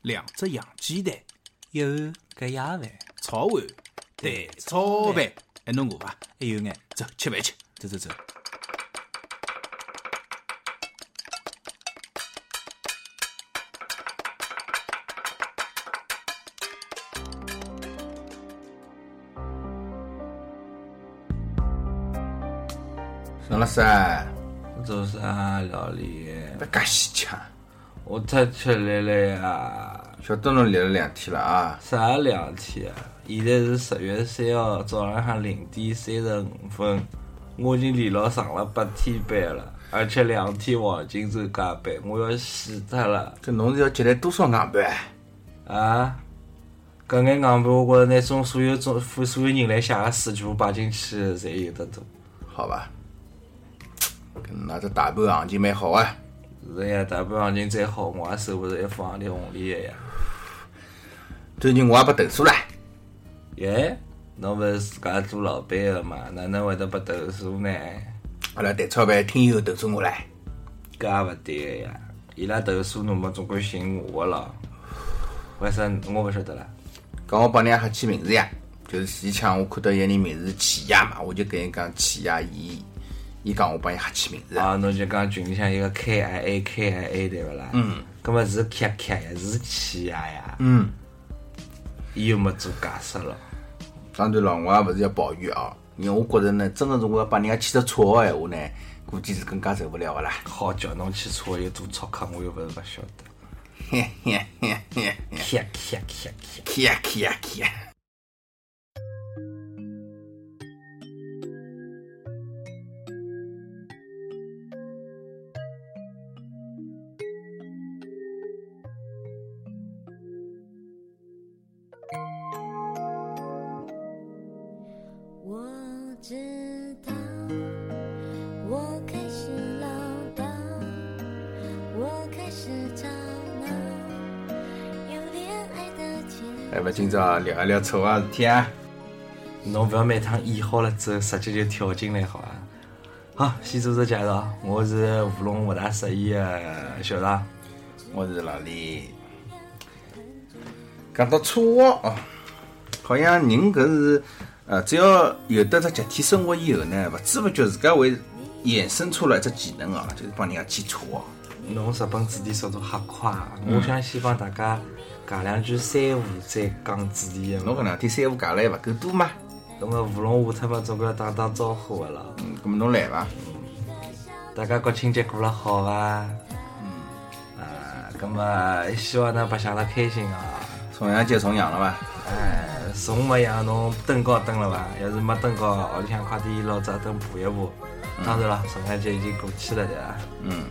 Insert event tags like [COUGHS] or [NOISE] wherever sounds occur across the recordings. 两只洋鸡蛋，一碗隔夜饭，炒碗蛋炒饭。哎还侬饿伐？还哎有眼，走，吃饭去。走走走。侬了噻，做啥料理？别介细吃，我太吃力了呀！晓得侬立了两天了啊。啥两天啊？现在是十月三号早浪向零点三十五分，我已经连牢上了八天班了，而且两天黄金周加班，我要死脱了搿侬是要接待多少硬板啊？啊！搿眼硬盘，我觉着拿中所有中所有人来写个水全部摆进去，侪有得多。好吧，搿㑚只大盘行情蛮好啊。是呀，大盘行情再好，我也收勿着一分行钿红利个呀。最近我也被投诉了，耶，侬勿是自家做老板个嘛？哪能会得被投诉呢？阿拉蛋炒饭听友投诉我唻。搿也勿对个呀！伊拉投诉侬嘛，总归寻我个咯。为啥我勿晓得啦？讲我帮人家瞎起名字呀，就是前几腔我看到一个人名字是启亚嘛，我就跟伊讲启亚伊，伊讲我帮伊瞎起名字。啊，侬就讲群里向一个 K I A K I A 对勿啦？嗯。葛末是 K K 呀，是起呀呀。嗯，伊又没做解释咯。当然了，我也勿是要抱怨啊，因为我觉着呢，真的是我要帮人家牵扯错的闲话呢，估计是更加受不了的啦。 [LAUGHS] 好叫侬去搓有多操克，我又勿是勿晓得。嘿嘿嘿嘿嘿， K K K K。去呀去呀去呀！我知道，我开始唠叨，我开始吵闹，有恋爱的前来吧，今朝聊一聊丑啊事体啊。侬勿要每趟演好了之后，直接就跳进来，好伐？好，先做只介绍，我是舞龙勿大适宜的小唐。我是老李。讲到车祸哦，好像人搿是呃，只要有得只集体生活以后呢，勿知勿觉自家会衍生出了一只技能啊，就是帮人家牵车哦。侬日本主题速度瞎快，我想先帮大家讲两句三胡再讲主题侬个。搿两天三胡假了还勿够多吗？那么舞龙舞他们总归要打打招呼个了。嗯，搿么侬来伐？大家国庆节过了好伐？嗯。啊，那么希望㑚白相得开心啊！重阳节重阳了伐？哎，从没让侬登高登了伐？要是没登高，屋里向快点老早登补一补。当然了，圣诞节已经过去了对伐？嗯，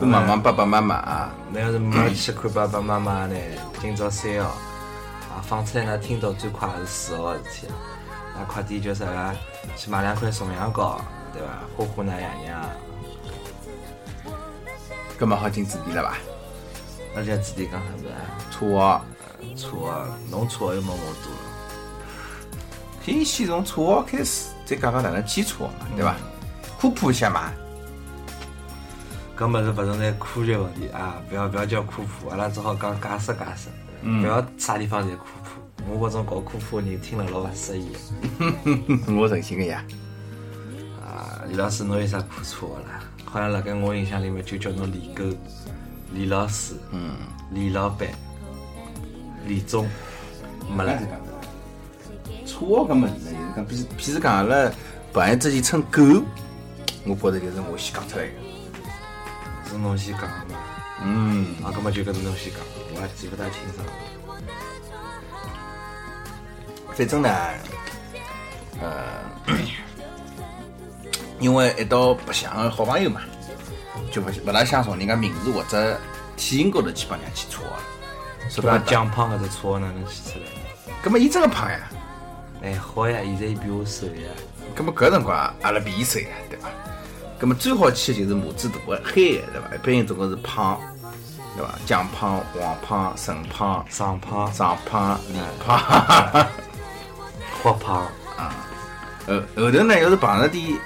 跟忙忙爸爸妈妈啊，侬要是没去看爸爸妈妈呢，今朝三号啊，放出来呢，听到最快是四号的事体了。那快点叫啥个去买两块重阳糕，对伐？呼呼那爷娘。搿么好进主题了伐？那就自己讲啥物事啊？车祸，错啊，侬错又没我多。可以先从车祸开始，再讲讲哪能牵车嘛，对伐？科普一下嘛。搿物事勿存在科学问题啊！勿要勿要叫科普，阿拉只好讲解释解释，勿要啥地方侪科普。我搿种搞科普的人听了老勿适意我诚心个呀。啊！李老师，侬有啥可错个啦？好像辣盖我印象里面就叫侬李狗、李老师、嗯、李老板、李总，没了。嗯车搿物事呢，就是讲，譬譬如讲，阿拉朋友之间称狗，我觉着就是我先讲出来个。是侬先讲的嘛？嗯，啊，搿么就搿是侬先讲，我也记勿大清爽。反正呢，呃，因为一道白相个好朋友嘛，就勿勿大想从人家名字或者体型高头去帮人家去车啊。是搿么吧？蒋胖搿只错哪能起出来呢？搿么伊真个啊胖呀，哎，好呀，现在伊比我瘦呀。搿么搿辰光啊阿拉比伊瘦呀，对伐？搿么最好去的就是拇指大个黑个，对伐？一般人总归是胖，对伐？蒋胖、王胖、陈胖、长胖、长胖、李胖， [LAUGHS] 霍胖，后后头呢，要是碰着点，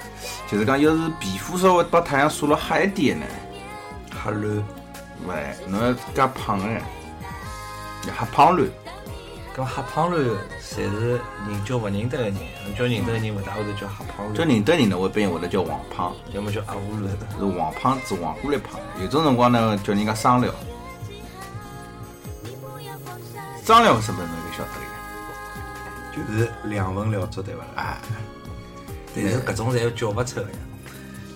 就是讲要是皮肤稍微把太阳晒了黑一点呢，哈喽，喂，侬要加胖个，瞎胖乱，咁瞎胖乱侪是人叫勿认得个人，侬叫认得个人勿大会得叫瞎胖叫乱，认得人呢，我一般会得叫黄胖，要么叫阿乌乱。是黄胖子、黄花来胖。有种辰光呢，叫人家双料，双料是什么侬就晓得了呀？就是两份料做对伐？啦？啊，但是搿种侪叫勿出个呀。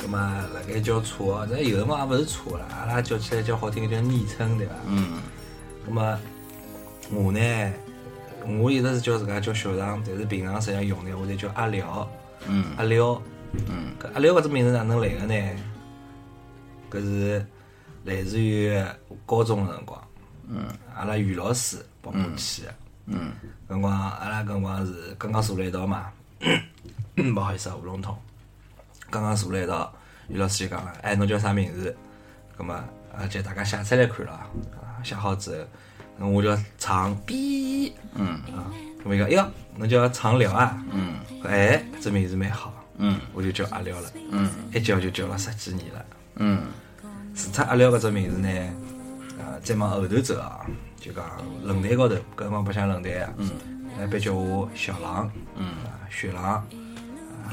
葛末辣盖叫错啊，那有辰光也勿是错啦，阿拉叫起来叫好听叫昵称对伐？嗯，葛末我呢，我一直是叫自家叫小常，但是平常实际上用呢，我就叫阿廖。嗯，阿廖。嗯。搿阿廖搿只名字哪能来个呢？搿是来自于高中个辰光。嗯。阿拉于老师帮我起个。嗯。搿辰光阿拉搿辰光是刚刚坐辣一道嘛， [COUGHS] 勿好意思啊，喉咙痛。刚刚坐辣一道，于老师就讲了，哎，侬叫啥名字？葛末啊，就大家写出来看了啊，写好之后，那我叫长逼，嗯啊，葛末伊讲，哟，侬叫长辽啊，嗯，哎，这名字蛮好，嗯，我就叫阿廖了，嗯，一叫就叫了十几年了。嗯，除脱阿廖搿只名字呢，呃，再往后头走啊，就讲论坛高头，搿辰光白相论坛啊，嗯，一般叫我小狼，嗯，雪狼，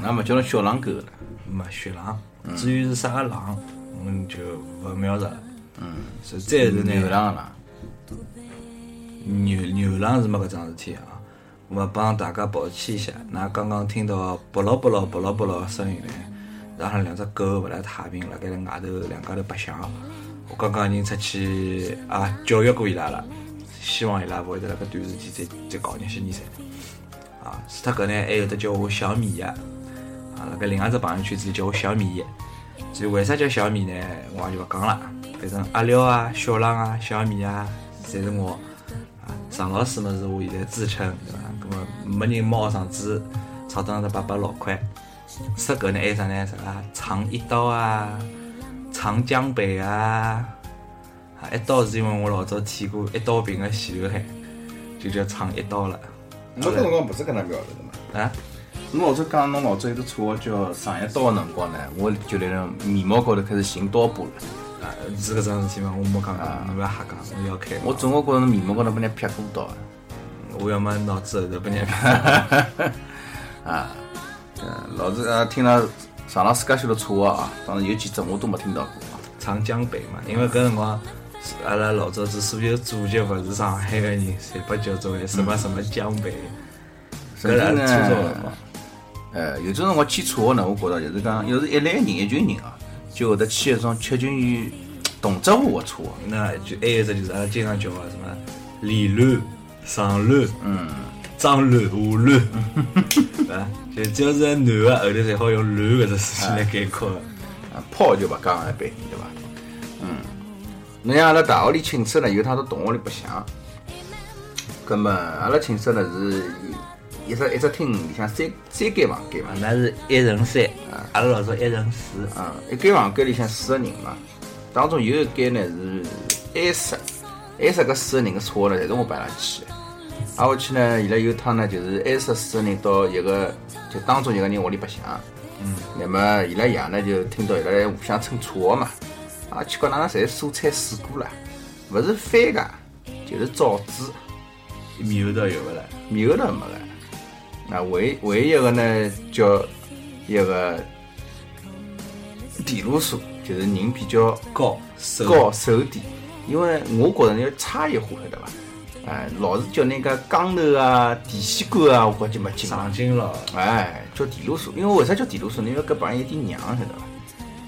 那么叫侬小狼狗了。没雪狼，至于是啥个狼，我们就勿描述了。嗯，所以再后头呢，牛郎啦，牛牛郎是没搿桩事体啊，我帮大家抱歉一下，㑚刚刚听到“啵咯啵咯啵咯啵咯”声音呢，是阿拉两只狗勿来太平，辣盖辣外头两家头白相。我刚刚已经出去啊教育过伊拉了，希望伊拉勿会得辣搿短时间再再搞眼些泥塞。啊，除脱搿呢，还有得叫我小米的，啊，辣盖另外一只朋友圈子里叫我小米的。至于为啥叫小米呢？我也就勿讲了。反正阿廖啊、小浪啊、小米啊，侪是我啊，常老师嘛是我现在自称，对伐？搿么没人冒上子，炒到那八八老块。除搿呢，还有啥呢？啥啊？长一刀啊，长江北啊，啊，一刀是因为我老早剃过一刀平个前刘海，就叫长一刀了。我搿辰光勿是搿能描述的嘛。啊？侬老早讲侬老早有只绰号叫上一刀的辰光呢，我就辣辣眉毛高头开始寻刀疤了。啊，是搿桩事体嘛，我没讲啊，侬勿要瞎讲，侬要开。我总归觉着侬眉毛高头被人劈过刀啊。我要么脑子后头被人拍。嗯，老子啊听了上浪自家晓得绰号啊，当然有几只我都没听到过啊。长江北嘛，因为搿辰光是阿拉老早子所有祖籍勿是上海个人，侪被叫作为什么什么江北，甚搿至是粗糙个呢，呃，有种辰光起绰号呢，我觉着就是讲，要是一来个人一群人啊，就会得起一种接近于同质化的绰号。那就还有一只就是阿拉经常叫个什么李乱、上乱、嗯、张乱、吴乱， [LAUGHS] 啊，就只要是男个后头侪好用乱搿只事情来概括的。啊，炮就勿讲了一般，对伐？嗯，侬像阿拉大学里寝室呢，有一趟到同学里白相，葛么阿拉寝室呢是一只一只厅里向三三间房间嘛啊，，那是一乘三，啊阿拉老早一乘四，啊，一间房间里向四个人嘛，当中有一间呢是 A 室，A 室搿四个人个绰号呢，侪是我帮伊拉起的。挨下去呢，伊拉有一趟呢，就是 A 室四个人到一个就当中一个人屋里白相，嗯，那么伊拉爷呢就听到伊拉在互相称绰号嘛，啊，奇怪哪能侪是蔬菜水果啦，勿是番茄就是枣子。猕猴桃有勿啦？猕猴桃没个，那唯唯一一个呢叫一个地露树，就是人比较高手高手点，因为我觉着要差异化晓得伐？哎，老是叫那个钢头啊、电线杆啊，我觉就没劲了。上进了，哎，叫地露树，因为为啥叫地露树呢？因为搿帮人有点娘，晓得伐？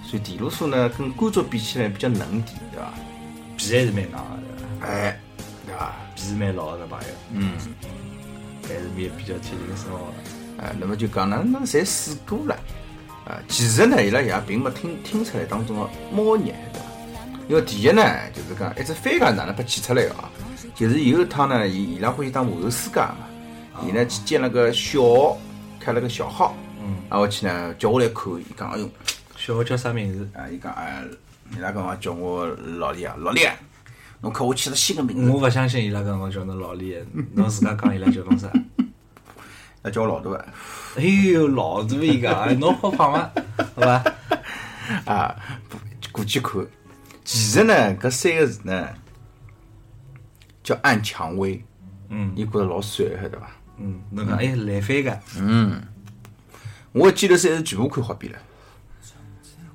所以地露树呢，跟甘蔗比起来比较嫩点，对伐？皮还是蛮硬的，哎，对伐？皮是蛮老的朋友，嗯，还是面比较贴近生活的。啊，那么就讲哪能侪试过了啊。其实呢，伊拉也并没听听出来当中的猫腻，对伐？因为第一呢，就是讲一只番茄哪能被起出来的啊？就是有一趟呢，伊伊拉欢喜当魔术世界嘛，伊呢去建了个小学，开了个小号，嗯，啊，我去呢叫我来看，伊讲哎哟，小学叫啥名字？啊，伊讲哎，伊拉讲叫我老李啊，老李啊，侬看我起了新的名字我，勿相信伊拉刚刚叫侬老李，侬自家讲伊拉叫 [LAUGHS] 侬啥？那叫我老大啊。哎哟，老大一个，哎侬好胖伐？好伐？啊，不过去看。其实呢，搿三个字呢，叫暗蔷薇，嗯你觉着老帅的，晓得伐？嗯，侬讲哎来翻个，我记得是还是全部看好遍了。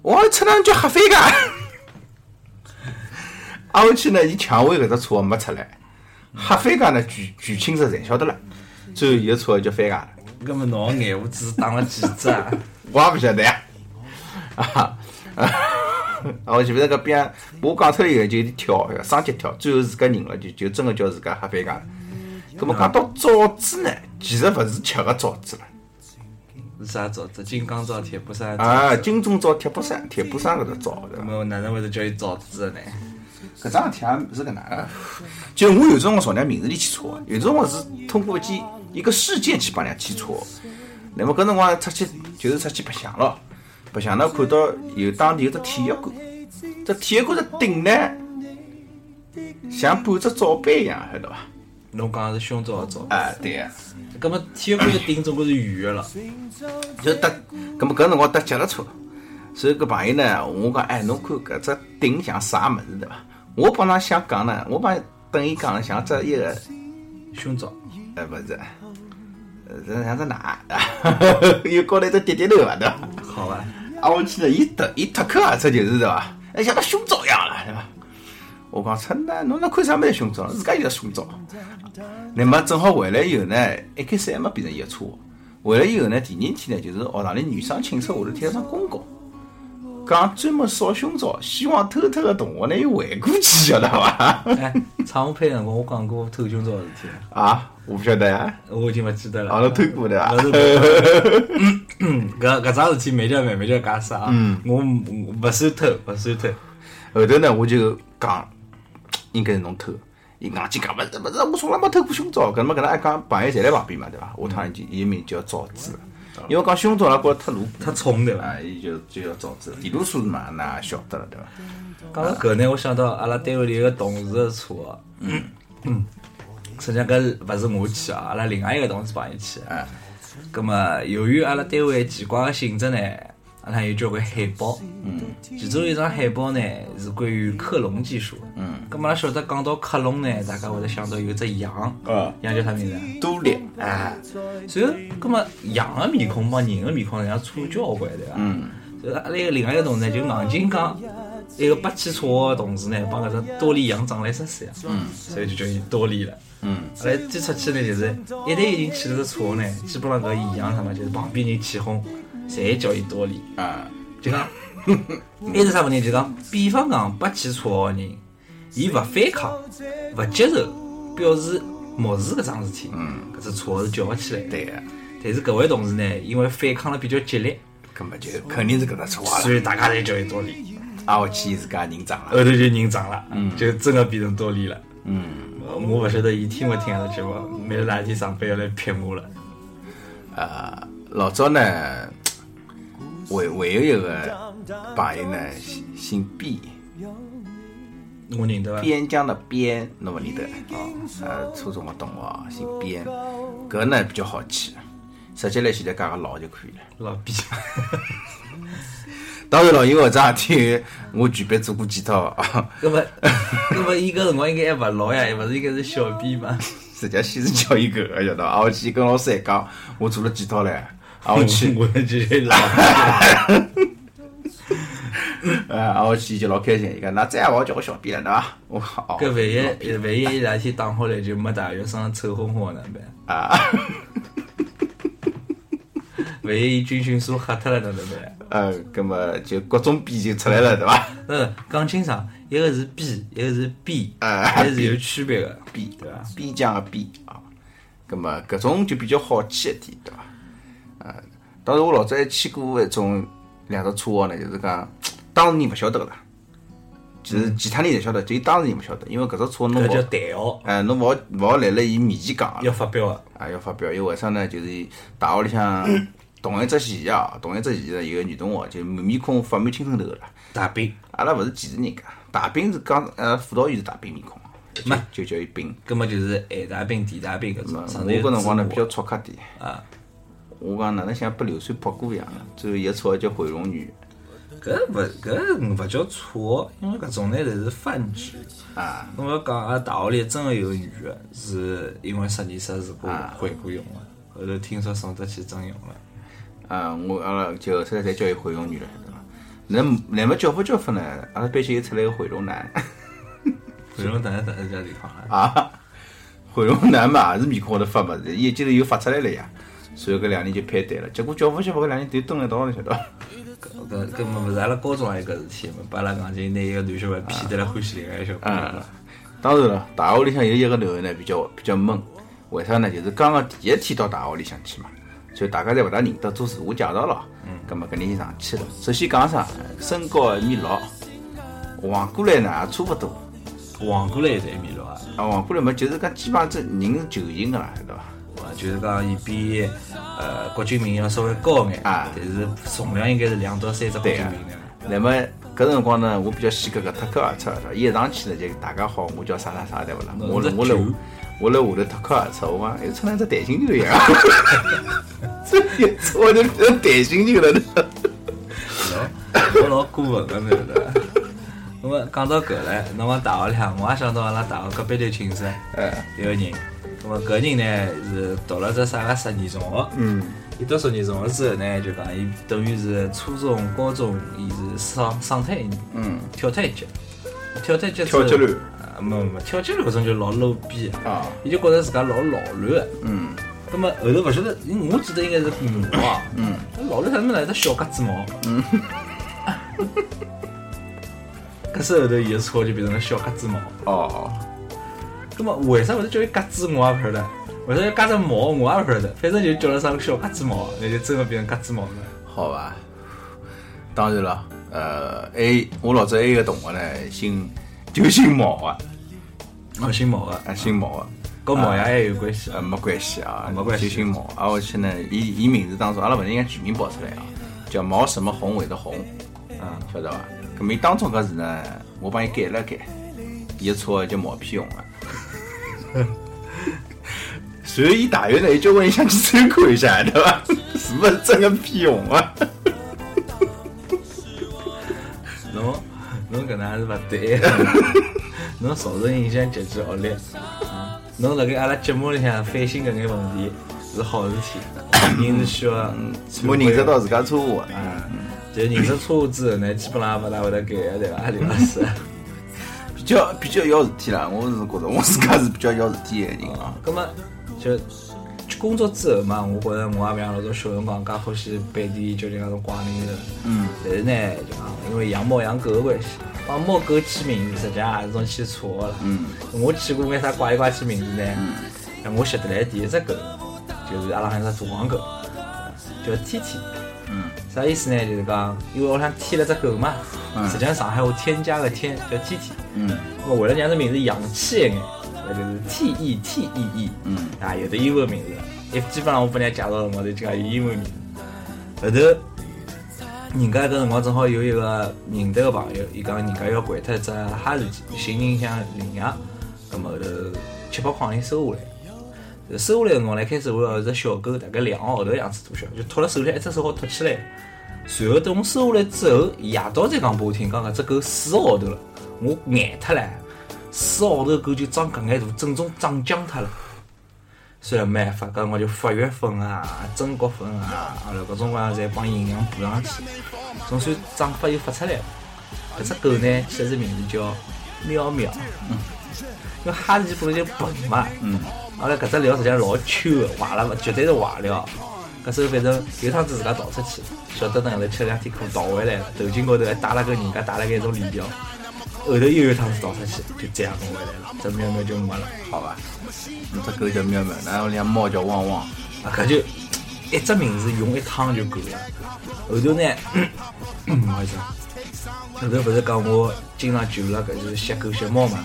我车上叫黑啊飞噶，挨下去呢，伊蔷薇搿只车没出来，黑飞噶呢，全全寝室侪晓得了，最后伊个车就翻噶了，搿么侬个眼胡子打了几只啊？ [LAUGHS] 我也勿晓得呀。啊哈，啊，我记不得搿边，我讲出来以后就有点跳，双脚跳，最后自家认了，就就真个叫自家黑飞噶了。葛么讲到枣子呢，其实勿是吃个枣子了。是啥枣子？金刚枣、铁布衫啊，金钟罩、铁布衫、铁布衫搿只枣，对伐搿？么哪能会得叫伊枣子的呢？搿桩事体也是搿能个，就我有辰光从人家名字里去查，有辰光是通过一件一个事件去帮人家去查。那么搿辰光出去就是出去白相咯，白相呢看到有当地有只体育馆，这体育馆的顶呢像半只罩杯一样，晓得伐？侬讲的是胸罩的枣，啊，对个、搿么体育馆的顶总归是圆的了。就搭，葛末搿辰光搭脚踏车，所以搿朋友呢，我讲，哎，侬看搿只顶像啥物事对伐？我帮他想讲呢，我帮等伊讲像只一个。胸罩，呃，不是，呃，这像只哪？ [LAUGHS] 又高头一只跌跌头嘛，对伐？好伐？啊，我去了，伊特伊特克啊，这就是对伐？哎，像个胸罩一样了，对伐？我讲出那侬那看啥物事胸罩？自家就是胸罩。那么正好回来以后呢，一开始还没变成一个车。回来以后呢，第二天呢，就是学堂里女生寝室下头贴了张公告，讲专门扫胸罩，希望偷偷的同学呢又回过去，晓得伐？哎，长配辰光我讲过偷胸罩的事体 [LAUGHS] 了，啊，我不晓得呀、我已经勿记得了。啊，侬偷过的啊 [LAUGHS] 勿？是搿搿桩事体没叫没没叫解释啊！我我勿算偷，勿算偷。后头呢，我就讲，应该是侬偷。伊硬劲讲，勿是勿是，我从来没偷过胸罩。搿么搿能一讲，朋友侪来旁边嘛，对伐？下趟伊伊名就叫罩子了，因为讲胸罩啦，觉着太露骨太冲对伐？啊，伊就就叫罩子。地图书嘛，那也晓得了，对伐？讲到搿呢，我想到阿拉单位里一个同事的车，嗯，实际上搿勿是我去啊，阿拉另外一个同事帮伊去啊。葛末由于阿拉单位奇怪个性质呢，阿拉有交关海报，嗯，其中有一张海报呢是关于克隆技术，嗯，葛末阿拉晓得讲到克隆呢，大家会得想到有只羊，啊羊叫啥名字啊？多列哎，所以，葛么羊个面孔帮人个面孔实际上差交关对伐？嗯。所以阿拉一个另外一个同事呢，就硬劲讲，一个八七车个同事呢，帮搿只多利羊长了一只样，嗯，所以就叫伊多利了。嗯，阿拉最出去呢，就是一旦有人骑了只车呢，基本上搿伊羊啥么，就是旁边人起哄，侪叫伊多利。啊，就讲，还是啥问题？就讲，比方讲八起错个人，伊勿反抗，勿接受，表示漠视搿桩事体，搿只错是叫勿起来的。对啊个，但是搿位同事呢，因为反抗了比较激烈，搿么就肯定是搿只错啊所了。以大家侪叫伊多利，啊，我去伊自家人长后了。头就认账了，嗯就真个变成多利了。嗯，我勿晓得伊听勿听阿拉节目，每日哪一天上班要来撇我了。啊，老早呢，还还有一个朋友呢，姓姓毕。我认得伐？边疆的边，侬勿认得啊？呃，初中个同学姓边，搿呢比较好记，直接来前头加个老就可以了。老毕，当然了，因为搿只事体我全班做过检讨，搿么，搿么伊搿辰光应该还勿老呀，勿是应该是小毕嘛？，[LAUGHS] 实际先是叫伊搿个晓得伐？啊，我去跟老师还讲，我做了检讨唻，啊，我去 [LAUGHS] 我就是老。呃，啊，我去就老开心，伊讲那再也勿好叫我小编了，对伐？我讲哦，搿万一万一伊哪天打好来就没大学生臭烘烘的哪能办？啊，万一伊军训所吓脱了哪能办？呃，搿么就各种编就出来了，对伐？嗯，讲清爽，一个是 B，一个是 B，啊还是有区别的。边对伐？边疆个边啊，葛么搿种就比较好记一点，对伐？啊，当时我老早还去过一种两只车号呢，就是讲当事人勿晓得个啦，就是其他人侪晓得，就伊当事人勿晓得，因为搿只车侬搿勿叫好，代号，哎，侬勿好勿好来了伊面前讲啊要发表的。啊，要发表，因为为啥呢？就是大学里向同一只系啊，同一只系的有个女同学，就满面孔发满青春痘个啦，大兵，阿拉勿是歧视人家，大兵是讲呃辅导员是大兵面孔，就没就叫伊兵。葛末就是矮大兵、低大兵搿种。啊嗯我上头有搿辰光呢字比幕较戳客点，啊，我讲哪能像被流水泼过一样，最后一个车叫毁容女，搿勿搿勿叫错，因为搿种呢侪是泛指。啊，侬要讲阿拉大学里真个有女个是因为十年杀事故啊悔过用个，后头听说送得去征用了。啊，我阿拉就后头侪叫伊毁容女了，对伐？那那么叫法叫法呢？阿拉班级又出来个毁容男 [LAUGHS] 毁容等下等下家地方了，啊，毁容男嘛，也是面孔高头发嘛，业绩头又发出来了呀。所以搿两年就配对了，结果叫法叫法搿两年就蹲辣一道了，晓得伐？搿搿搿么勿是阿拉高中也有搿事体嘛？把阿拉讲就拿一个男小孩骗得来欢喜另外一个小姑娘嗯了。，当然了，大学里向有一个男个呢比较比较闷，为啥呢？就是刚刚第一天到大学里向去嘛，所以大家侪勿大认得，做自我介绍咯。嗯，葛末搿人就上去了。首先讲啥？呃身高一米六，望过来呢也差勿多。望过来也是一米六啊，啊，望过来嘛，就是讲基本上这人是球形个啦，晓得伐？我啊就是讲伊比呃郭敬明要稍微高眼，啊但是重量应该是两到三只郭对敬啊明的。那么搿辰光呢，我比较喜格格脱口而出，伊一上去呢就大家好，我叫啥啥啥对勿啦？我那我来球我来下头脱口而出，我讲又穿了只弹性球一样，这一出我就变成弹性球了。我老过分个，[LAUGHS] 对伐？那么讲到搿来，侬讲大学里向，我也想到阿拉大学隔壁头寝室嗯有个人，那么搿人呢是读了只啥个十年中学，嗯，伊读十年中学之后呢，就讲伊等于是初中、高中，伊是上上脱一年，嗯，跳脱一级，跳脱一级之跳后，级了啊，没没跳级了搿种就老 low 逼的啊，伊就觉着自家老老卵个。嗯那么后头勿晓得，因为我记得应该是母啊，嗯，老了啥么来只小格子毛， [LAUGHS] 嗯，搿是后头伊个绰号就变成了小格子毛。哦，那么为啥会得叫伊格子我也勿晓得，为啥要加只毛我也勿晓得，反正就叫了啥小格子毛，那就真个变成格子毛了。好吧。当然了，呃，A 我老早 A 个同学呢，姓就姓毛啊，哦，姓毛个，啊姓毛啊。跟毛爷也有关系呃，啊。没关系啊，没关系就姓毛。啊，我去呢，伊伊名字当中阿拉勿能讲全名报出来啊，叫毛什么红伟的红，啊嗯，晓得伐？搿么伊当中搿字呢，我帮伊改了改，伊个绰号叫毛屁熊 [LAUGHS] 啊。所以伊大学呢，有交关人想去参观一下，对伐？ [LAUGHS] 是不是真个屁熊啊？侬侬搿能也是勿对， [LAUGHS] 侬造成影响极致恶劣。啊侬辣盖阿拉节目里向反省搿眼问题是好事 [LAUGHS] 体，人是需要忏没悔嗯认识到自家错误啊。啊，就认识错误之后呢，基本上也勿大会得改个， [LAUGHS] 对伐？刘老师，比较比较要事体啦，我是觉着我自家是比较要事体个人啊。葛么就工作之后嘛，我觉着我也勿像老早小辰光介欢喜背地就就那种怪名头。嗯，但是呢，就讲因为养猫养狗的关系，帮猫狗起名字实际上也是种起错的了。嗯，我起过眼啥怪里怪气名字呢？嗯，我晓得来第一只狗就是阿拉喊只大黄狗，叫 T T。嗯，啥意思呢？就是讲，因为我想添了只狗嘛，嗯实际上上海话添加个添叫 T T。嗯我为了让这名字洋气一眼，那就是 T E T E E，嗯啊，有的英文名字，一基本上我帮人家介绍辰光，就讲有英文名字。后头，人家搿辰光正好有一个认得个朋友，伊讲人家要掼脱一只哈士奇，寻人想领养，葛啊末后头七八块钿收下来。收下来辰光呢，开始我要只小狗，大概两个号头样子大小，就托辣手里，一哎只手好托起来。随后等我收下来之后，夜到再讲拨我听，讲搿只狗四个号头了，我眼脱了，四个号头狗就长搿眼大，正宗长僵脱了。虽然没办法，搿辰光就发育粉啊、榛角粉啊，阿拉搿种光侪帮营养补上去，总算长发又发出来了。搿只狗呢，起了只名字叫喵喵，因为哈士奇本来就笨嘛，阿拉搿只料实际上老秋的，坏了绝对是坏料。搿时候反正有趟子自家逃出去，晓得等后头吃了两天苦，逃回来了，头颈高头还戴了个人家戴了个一种链条，后头又有趟子逃出去，就这样回来了，这喵喵就没了。好吧，侬只狗叫喵喵，然后两猫叫汪汪。啊，搿就一只名字用一趟就够了。后头呢， [COUGHS] 不好意思啊，后头勿是讲我经常救了搿就是吸狗吸猫嘛，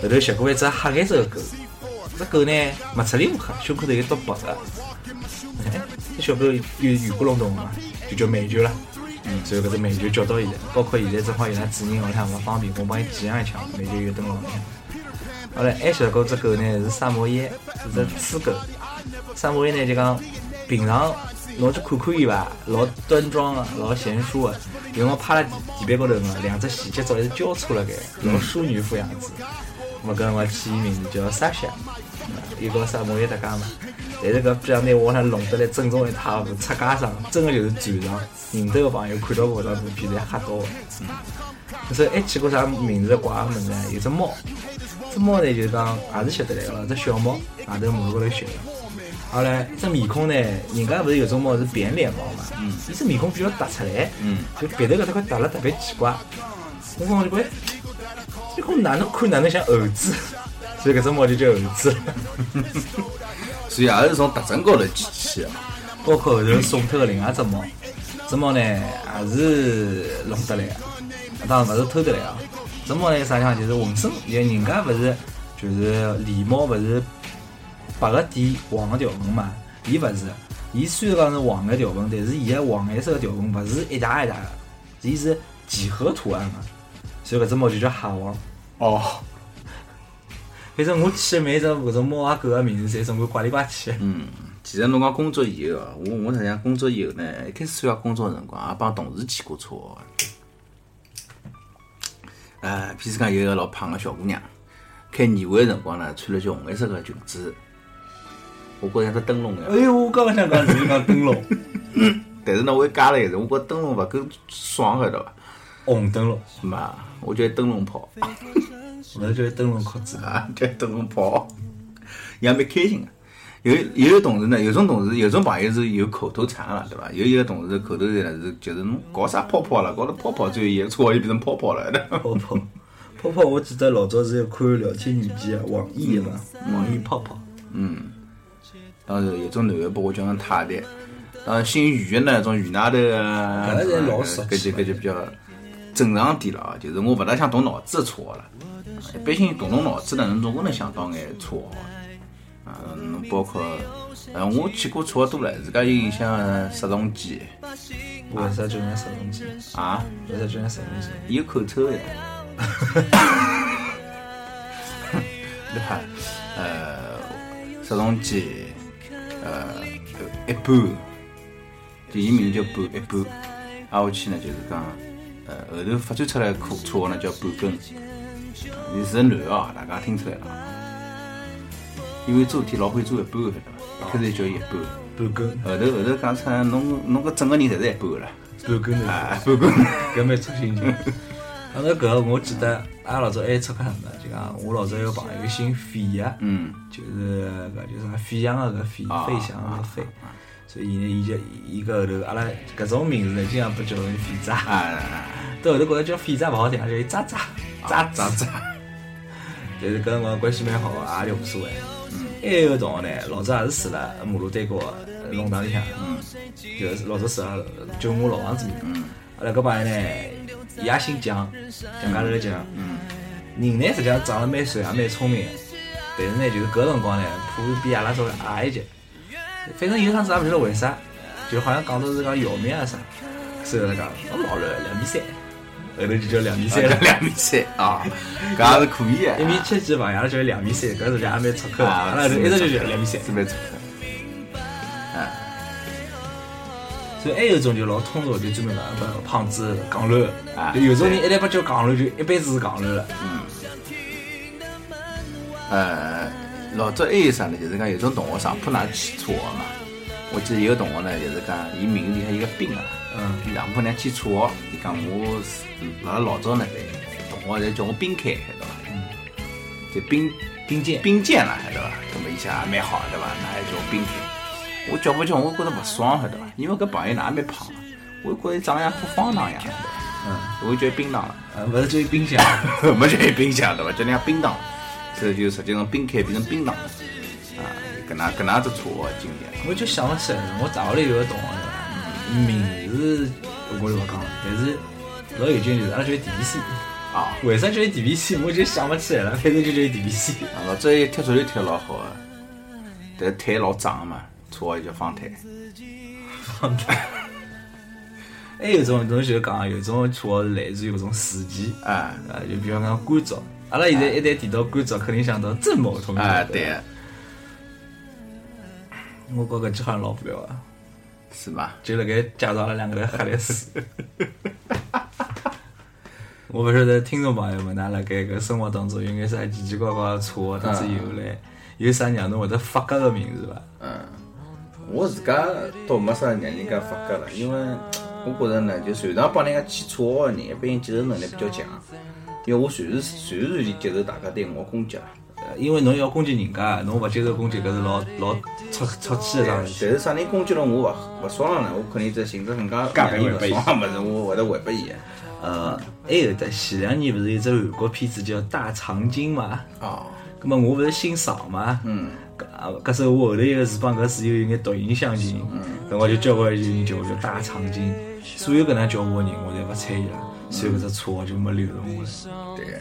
后头吸过一只黑颜色的狗，只狗呢没出里乌黑，胸口头有一道白个，哎这小狗有圆咕隆咚的嘛，就叫美球了。嗯，所以搿只美球叫到现在，包括现在正好伊拉主人屋里向勿方便，我帮伊寄养一枪，美球又蹲了屋里向。哎后来还晓得搿只狗呢是萨摩耶，是只雌狗。萨摩耶呢就讲平常侬去看看伊伐，老端庄个，老贤淑个。有辰光趴辣地地板高头嘛，两只细脚早是交错辣盖，老淑女副样子。我跟我起名字叫莎莎，伊和啥摩耶搭嘎嘛。但是搿比较拿我那弄得来正宗一塌糊涂，出家上真个就是转场，认得个朋友看到我搿部片侪吓到个。那时候还哎去过啥名字怪个物事啊？有只猫，只猫呢就是讲也是晓得来个，只小猫外头马路高头寻个。后来一只面孔呢，人家勿是有种猫是扁脸猫嘛，伊只面孔比较突出来，就鼻头搿搭块凸了特别奇怪。我讲我就觉得这个哪能看哪能像猴子， [LAUGHS] 所以搿只猫就叫猴子了。所以也是从特征高头去起的。包括后头送脱个啊另外一只猫，只猫呢也是弄得来个，当然勿是偷得来个。只猫呢啥地方就是浑身，因为人家勿是就是狸猫勿是白个点黄个条纹嘛，伊勿是，伊虽然讲是黄个条纹，但是伊个黄颜色个条纹勿是一大一大个，伊是几何图案个，所以搿只猫就叫蟹黄。哦，反正我起的每一只搿种猫啊狗个名字，侪总归怪里怪气的。嗯，其实侬讲工作以后啊，我我实际上工作以后呢，一开始参加工作的辰光也帮同事骑过车的。呃，譬如讲有一个老胖个小姑娘，开年会的辰光呢，穿了件红颜色个裙子，我觉着像只灯笼一样哎。哟，我刚刚想讲就是讲灯笼，但是呢，我也加了一个，我觉得灯笼勿够爽，晓得伐？红灯笼，嘛，我叫灯笼跑，勿是叫灯笼壳子。啊， [LAUGHS] 叫灯笼跑，也蛮开心的。啊有有的同事呢，有种同事，有种朋友是有口头禅了，对伐？有一个同事口头禅呢是就是侬搞啥泡泡了，搞了泡泡，最后一个车就变成泡泡了。对伐泡泡，泡泡，我记得老早是有看聊天软件啊，网易的嘛，嗯网易泡泡。当然有种男的把我叫成太太，当然姓余的呢，种余外头啊，搿个侪老熟悉搿就搿就比较正常点了啊。就是我勿大想动脑子的错了，啊一般性动动脑子呢，侬总归能想到眼错的。啊，侬包括，呃，我去过错多了，自家有印象的杀虫剂嗯为啥叫人家杀虫剂？啊，为啥叫人家杀虫剂？有口臭的呀。对伐？呃，杀虫剂，呃，一般，就伊名字叫半一半，挨下去呢就是讲，呃，后头发展出来可错呢叫半根，你是男的啊，大家听出来了啊，因为做事体老会做一半的，晓得伐？一开始就叫伊一半，半根，后头后头讲出来，侬侬搿整个人侪是一半了，半根的，啊，半根，搿蛮出心情。啊，那搿个我记得，阿拉老早还出过啥物事？就讲我老早有个朋友姓费啊，嗯，就是搿就是啥飞翔个搿飞，啊飞翔个飞。所以呢，伊就伊搿后头，阿拉搿种名字呢，经常被叫成肥渣。啊，到后头觉着叫肥渣勿好听，叫伊渣渣渣渣渣渣。但是搿辰光关系蛮好个，也就无所谓。还有个同学呢，老早也是住辣马路对角个弄堂里向，嗯就是老早住辣就我老房子里面。阿拉搿朋友呢，伊也姓蒋，蒋家头的蒋。人呢实际上长得蛮帅，也蛮聪明个，但是呢就是搿辰光呢，普遍比阿拉稍微矮一截。反正有趟子也勿晓得为啥，就好像讲到是讲姚明啊啥，所以他讲我老了两米三，后头就叫两米三了。两米三啊，搿也是可以的，一米七几吧，阿拉叫伊两米三，搿是两米出口，啊阿拉一直就叫两米三。是蛮错所以还有一种就老通俗，就专门讲把胖子戆卵啊，就有种人一来把叫戆卵，就一辈子是戆卵了。的。呃，老早还有啥呢？就是讲有种同学上铺㑚去车的嘛。我记得有个同学呢，就是讲伊名字里向有个兵啊，嗯，伊上铺呢去车学，伊讲我是辣辣老早呢，同学侪叫我兵开，晓得伐？嗯就兵丁健，兵谏了，晓得伐？那么一下也蛮好，对伐？那还叫我兵谏，我叫不叫我觉着勿爽，晓得伐？因为搿朋友哪也蛮胖的，啊我觉着伊长得像副方糖一样，晓得伐？嗯，我就叫伊槟榔了。呃，勿是叫伊冰箱，[LAUGHS] [COUGHS] 没叫伊冰箱对伐？叫人家冰糖，所以就直接从冰开变成冰糖了。啊，搿能搿能只错的经历。我就想勿起来了。我大学里有个同学，名字我就勿讲了，但是老有劲就是阿拉叫伊 DBC，啊，为啥叫伊 DBC 我就想勿起来了，反正就叫伊 DBC。啊老早伊踢足球踢得老好个，但是腿老脏嘛，错也叫方腿。 [LAUGHS] 还有种侬就讲，有种绰号是来自于搿种事件。啊啊，就比方讲关照，阿拉现在一旦提到关照，肯定想到郑某啊同学。啊，对，我觉搿句好像老无聊啊。是吧？就辣盖介绍了两个黑历史。 [LAUGHS] 我勿晓得听众朋友们，㑚辣盖搿生活当中有眼啥奇奇怪怪的错或者是由来，有啥让侬会得发觉的名字伐？我自家倒没啥让人家发觉了，因为我觉着呢，就随堂帮人家起绰号的人，一般性接受能力比较强，因为我随时随时随地接受大家对我攻击了。呃因为侬要攻击人家，啊侬勿接受攻击，搿是老老出出气的但桩事。是啥人攻击了我勿勿爽了呢？我肯定在性质更加加倍让人勿回拨伊爽的物事，我会得回拨伊的。呃，还有的前两年勿是有只韩国片子叫《大长今》嘛？哦，葛末我勿是欣赏嘛？嗯，搿啊搿时候我后头一个字帮搿字有眼读音相近，嗯辰光就交关有人叫我叫大长今，所有搿能叫我的人我侪勿睬伊了，所以搿只绰号就没流传下对个。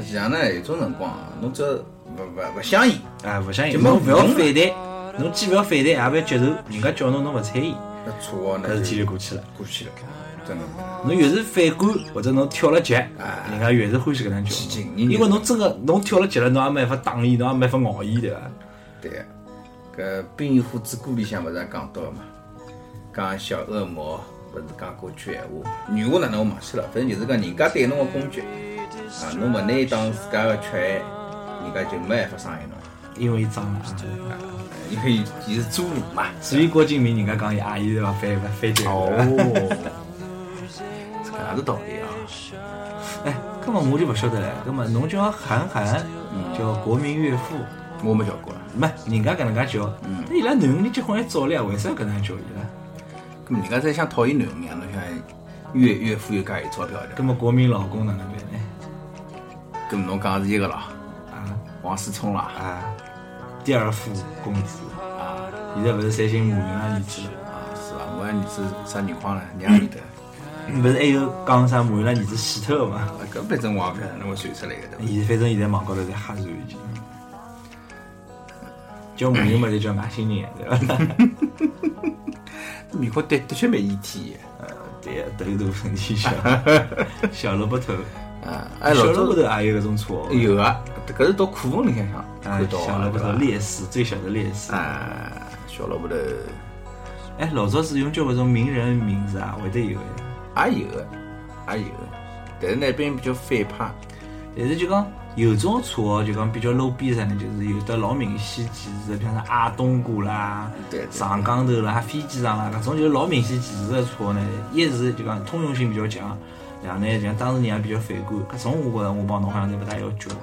实际上呢，有种辰光啊，侬只要勿勿勿相信，来。啊，勿相就信，没侬勿要用反了弹，侬既勿要反弹，也勿要接受，人家叫侬侬勿睬伊，那绰号搿呢事体就就过去了。过去了，真的。侬越是反感或者侬跳了级，啊人家越是欢喜搿能叫起劲侬，人因为侬真个侬跳了级了，侬也没办法打伊，侬也没办法咬伊，对伐？对个，搿《冰与火之歌》里向勿是也讲到个嘛，讲小恶魔勿是讲过句闲话，原话哪能我忘记了，反正就是讲人家对侬个攻击，啊，侬勿拿伊当自家个缺憾，人家就没办法伤害侬，因为伊脏了啊。因为伊是侏儒嘛。所以郭敬明人家讲伊阿姨对伐？反反反击。哦，这个也 [LAUGHS] 是道理啊。哎，根本我就不晓得了。那么侬叫韩寒，叫国民岳父，我没叫过了，没人家搿能介叫。那伊拉囡恩里结婚还早了呀，为啥搿能介叫伊拉？咁人家在想讨厌男人，侬想岳岳父又介有钞票葛的，么国民老公哪能办呢？咁侬讲是一个啦，啊王思聪啦，啊，第二夫公子啊，现在勿是侪寻马云拉儿子了？啊是伐？我儿子啥情况呢？娘里 [LAUGHS] 头。勿是还哎有讲啥马云拉儿子死脱个嘛？啊，搿反正我也勿晓得哪能会传出来个，对伐？现反正现在网高头侪瞎传已经。叫马云嘛，就叫外星人，对伐？哎美国的的确 E 蛮异体呃， [LAUGHS] 对，头大身体 [LAUGHS] 小，小萝卜头。个，啊，哎，小老萝卜早头也有搿种错，有啊，搿是到库房里向向哎看到小萝个，卜对头伐？烈士，最小的烈士。啊，小萝卜头也哎，老早是用交关种名人名字啊，会得有的，有个，也有个，但是那边比较反派，但是就讲有种绰号，就讲比较 low 逼啥呢，就是有的老明显几字，比方说阿冬瓜啦对、对上江头啦、飞机上啦，搿种就是老明显几字的绰号呢，一是就讲通用性比较强，两呢就讲当事人也比较反感，搿种我觉着我帮侬好像侪勿大要叫的，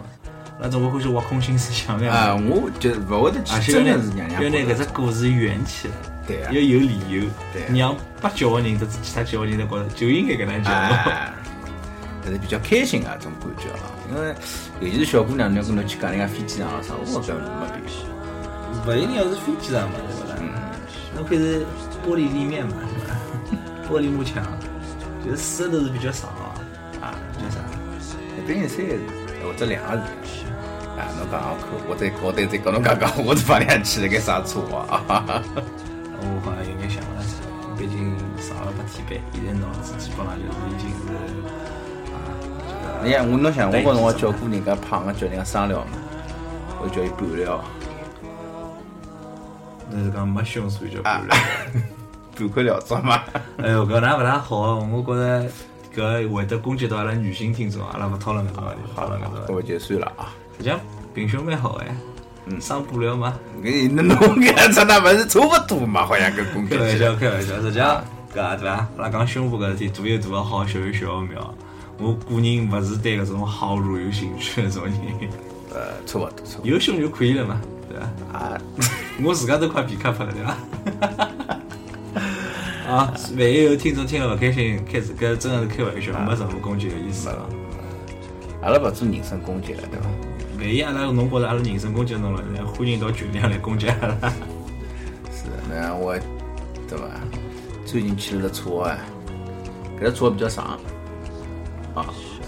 那总归欢喜挖空心思想的。啊，我就勿会得而去，且要真拿的是娘娘要拿觉搿得只故事圆起来，对啊要有理由对啊，让八九个人，这其他九个人都觉着就应该搿能叫。啊，但是比较开心个种感觉啊，因为尤其是小姑娘，侬跟侬去讲人家飞机上啊啥，我觉着没必要。勿一定要是飞机上嘛，对勿啦？那可以是玻璃立面嘛， [LAUGHS] 对吧？玻璃幕墙，就是四个都是比较长啊，啊，叫啥？一般性三个字或者两个字。啊，侬讲讲看，我再我再再跟侬讲 [LAUGHS] 讲，我这帮两去了该啥车啊？哈 [LAUGHS] 哈哈我好像应该想勿出来，毕竟上了八天班，现在脑子基本上就是已经是啊，就是你哎看我侬想，我跟我叫过人家胖个，叫人家商量嘛，我叫伊半料，那是讲没胸所以叫不了。半块料装 [LAUGHS] 嘛。哎哟，搿能勿大好，我觉着搿会得攻击到阿拉女性听众，啊阿拉勿讨论搿种问题，讨 [LAUGHS] 论搿种搿问么题。就算了啊。实际上平胸蛮好哎，上布料嘛，搿那侬搿只那勿是差勿多嘛？好像搿公开开玩笑开玩笑，实际上搿啊对伐？阿拉讲胸部搿事体，大有大个好，小有小个妙。我个人勿是对搿种好乳有兴趣的种人， [LAUGHS] 呃，差勿多，差勿多有胸就可以了嘛，对伐？啊。我自家都快皮卡拍了，对伐？ [LAUGHS] 啊，万一有听众听了勿开心，开始搿真的是开玩笑，没任何攻击的意思啊。阿拉勿做人身攻击了，对伐？万一阿拉侬觉着阿拉人身攻击侬了，那欢迎到群里向来攻击阿拉。是，那我对伐？最近去了只车啊，搿只车比较长啊，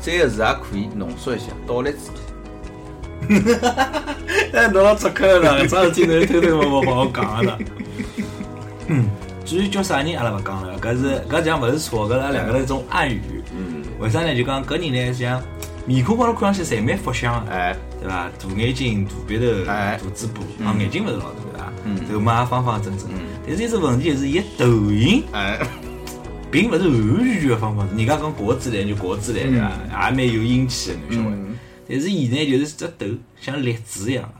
三个字也可以浓缩一下，倒立子。 [LAUGHS] 哎，侬老出口了，搿桩事体侬偷偷摸摸帮我讲了。嗯，至于叫啥人阿拉勿讲了，搿是搿讲勿是错，搿是阿拉两个头一种暗语。嗯，为啥呢？就讲搿人呢，像面孔高头看上去侪蛮福相的。哎，对伐？大眼睛、大鼻头、哎嗯啊大嘴巴，啊，眼睛勿是老大，对伐？头嘛也方方正正，但但是有只问题就是伊个抖音哎，并勿是完全全方方正，人家讲国自然就国自然对伐？啊也蛮有英气个侬晓得伐嗯？但是现在就是只头像栗子一样了。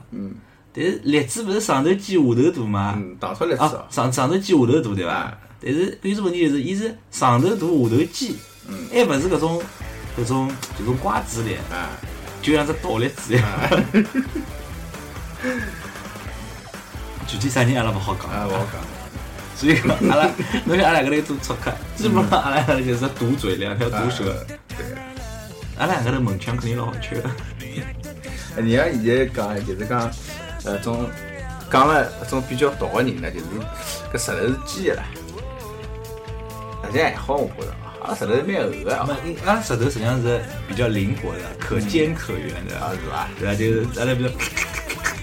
但是栗子勿是上头尖下头大嘛？嗯，打出来是啊，上上头尖下头大对伐？嗯但是关键问题就是，伊是上头大下头尖，嗯还勿是搿种搿种就种瓜子脸，啊，就像只倒栗子一样。 [LAUGHS] 具体啥人阿拉勿好讲。嗯啊，勿好讲，所以讲阿拉，侬像阿拉搿头做出客，基本上阿拉搿头就是堵嘴，两条毒舌。阿拉搿头门腔肯定老好吃的。人家现在讲就是讲，呃，种讲了种比较毒个人呢，就是搿石头是尖个啦，实际还好，我觉着，阿拉石头是蛮厚个啊，没阿拉舌头实际上是比较灵活的，可尖可圆的，是伐？嗯对伐？就是阿拉比较 [LAUGHS]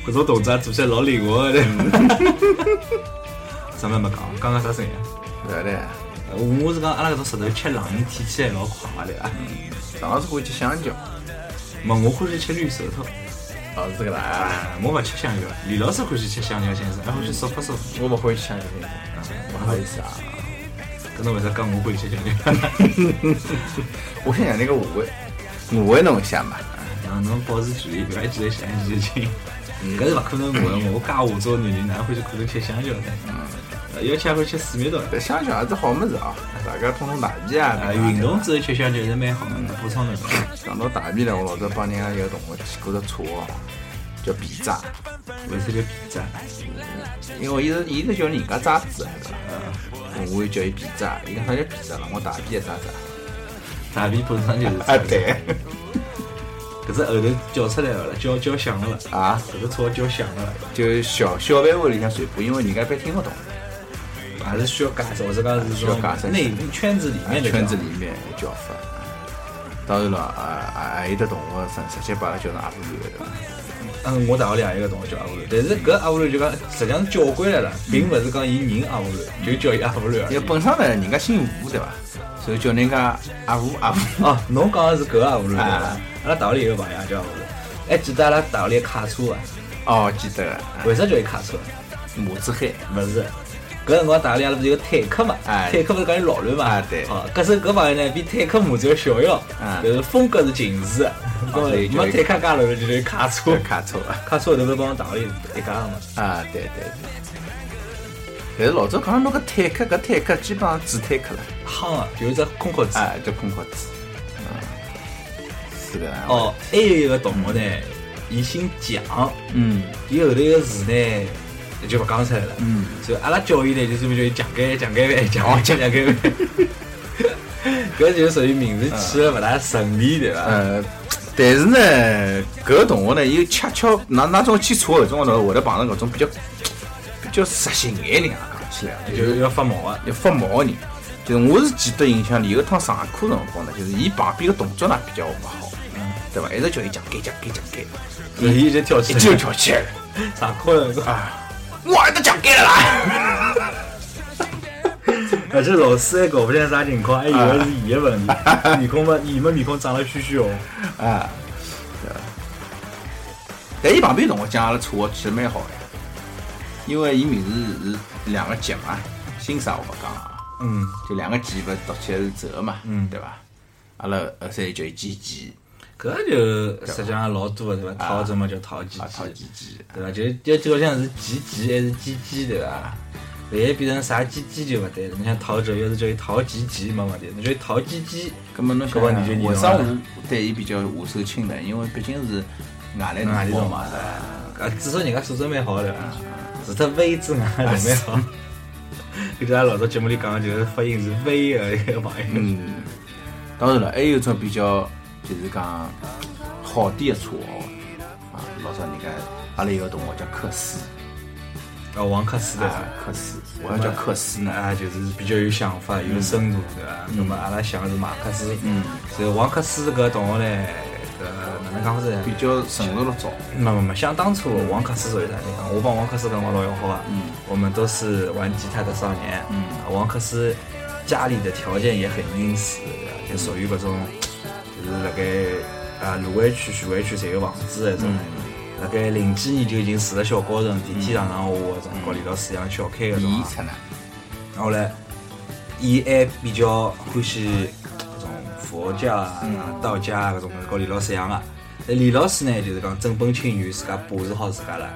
搿种动作啊做起来老灵活的。 [LAUGHS] 啥物事没讲？刚刚啥声音啊？勿晓得，呃我是讲阿拉搿种舌头吃冷饮舔起来老快的啊。上次欢喜吃香蕉，没，我欢喜吃绿舌头，哦，是搿啦，啊啊我勿吃香蕉。李老师欢喜吃香蕉先生，还欢喜说法说法。我勿欢喜吃香蕉，勿好意思啊，搿侬为啥讲我欢喜吃香蕉？我想让那个误会，误会侬一下嘛，让侬保持距离，不要一直在想事情。搿是勿可能的，我家下作男人哪会去可能吃香蕉嗯呢？呃要吃还会吃四面刀。搿香蕉也是好物事啊，大家通通大便啊，啊，对伐运动之后吃香蕉是蛮好的，补充能量。讲到大便呢，我老早帮人家一个同学去过只车哦，叫皮渣，为啥叫皮渣？因为伊是伊是叫人家渣子，对伐？我就叫伊皮渣，伊讲啥叫皮渣了？我大便也渣渣。大便本身就是。啊对。搿只后头叫出来了，叫叫响了。啊，搿只草叫响了，就小小范围里向传播，因为人家一般听勿懂，还是需要解释，或者讲是需要解释从内部圈子里面的啊圈讲子里面的叫法。啊当然了，啊啊，有的同学直直接把它叫成阿婆罗对伐？嗯，我大学里也有一个同学叫阿波罗，但是搿嗯阿波罗就讲，实际上是叫过来了，并勿是讲伊人阿波罗，就叫伊阿波罗而因为已。本身呢，人家姓吴对伐？所以叫人家阿婆阿婆。哦，侬讲的是搿个阿波罗对伐啊？阿拉大学里有个朋友也叫阿波罗，还记得阿拉大学里的卡车伐？ [LAUGHS] 啊哦，记得了，为啥叫伊卡车？马子海。勿是，搿辰光大学里阿拉勿是有个坦克嘛？哎坦克勿是讲伊老卵嘛？啊对哦，搿是搿朋友呢，比坦克母子要小哟啊，就是风格是近似的，所以没叫伊坦克介老卵，就叫伊卡车叫。卡车啊。卡车后头勿是帮大学里一家的嘛？啊，对对对。但是老早讲侬搿坦克，搿坦克基本上纸坦克了，夯啊，就是只空壳子。啊，叫空壳子，呃嗯，是的啦。，哦，还有一个同学呢，伊姓蒋，嗯，伊后头一个字呢就勿讲出来了。嗯，所以阿拉叫伊呢，就专门叫伊蒋干蒋干饭，蒋哦蒋蒋干饭。搿就属于名字起得勿大顺利，对伐？呃，但是呢，搿个同学呢，又恰巧哪哪种去查搿种呢，会得碰上搿种比较比较实心眼人啊，讲起来就就是要发毛啊！要发毛个人。就是我是记得印象里有一趟上课辰光呢，就是伊旁边个动作呢比较勿好，对伐？一直叫伊讲给讲给讲给，所以伊就嗯跳起一啊来，就跳起来了。上课了，我儿子讲给了啦！而且老师还搞勿清是啥情况，还以为是伊个问题， [LAUGHS] 面孔嘛，伊们面孔长了虚虚哦。啊，对但伊旁边同学讲阿拉车其实蛮好的，因为伊名字是两个级嘛，姓啥我勿讲啊，嗯，就两个级勿是读起来是折嘛，嗯对伐？阿拉呃，所以叫伊吉吉搿就实际上老多的对伐？陶子嘛叫陶鸡啊，讨吉吉，对伐？就是要这个像是鸡鸡还是鸡鸡对伐？万一变成啥鸡鸡就勿对了。你像陶喆，要是叫伊陶鸡鸡嘛勿对，侬叫伊陶鸡鸡，葛末侬想搿么你想啊就认为了啥我对伊比较下手轻呢？因为毕竟是外来哪里同胞懂嘛嘛，对伐？啊，至少人家素质蛮好的，啊除脱 V 之外还蛮好。 [LAUGHS] 就像老早节目里讲的，就是发音是 V 的一个朋友，嗯，当然了，还有一种比较就是讲好点的车哦，啊，老早人家阿拉有个同学叫克斯，啊，王克斯对伐啊？，克斯，我要叫克斯嗯呢，啊，就是比较有想法、有深度，对伐？那么阿拉想的是马克思，嗯，所以王克思搿同学呢，搿哪能讲法子呢？比较成熟了早，没没没，想当初王克斯属于啥呢？我帮王克斯跟我老友好啊，嗯我们都是玩吉他的少年，嗯王克斯家里的条件也很殷实，就属嗯于搿种，就是辣盖啊卢湾区、徐汇区侪有房子的那种。辣盖零几年就已经住辣小高层，电梯上上下下个辰光，连到四阳小开个辰演光。出呢，后来，伊还比较欢喜搿种佛教啊、嗯道家啊搿种搞李老师一样啊。那李老师呢，就是讲正本清源，自家把持好自家了。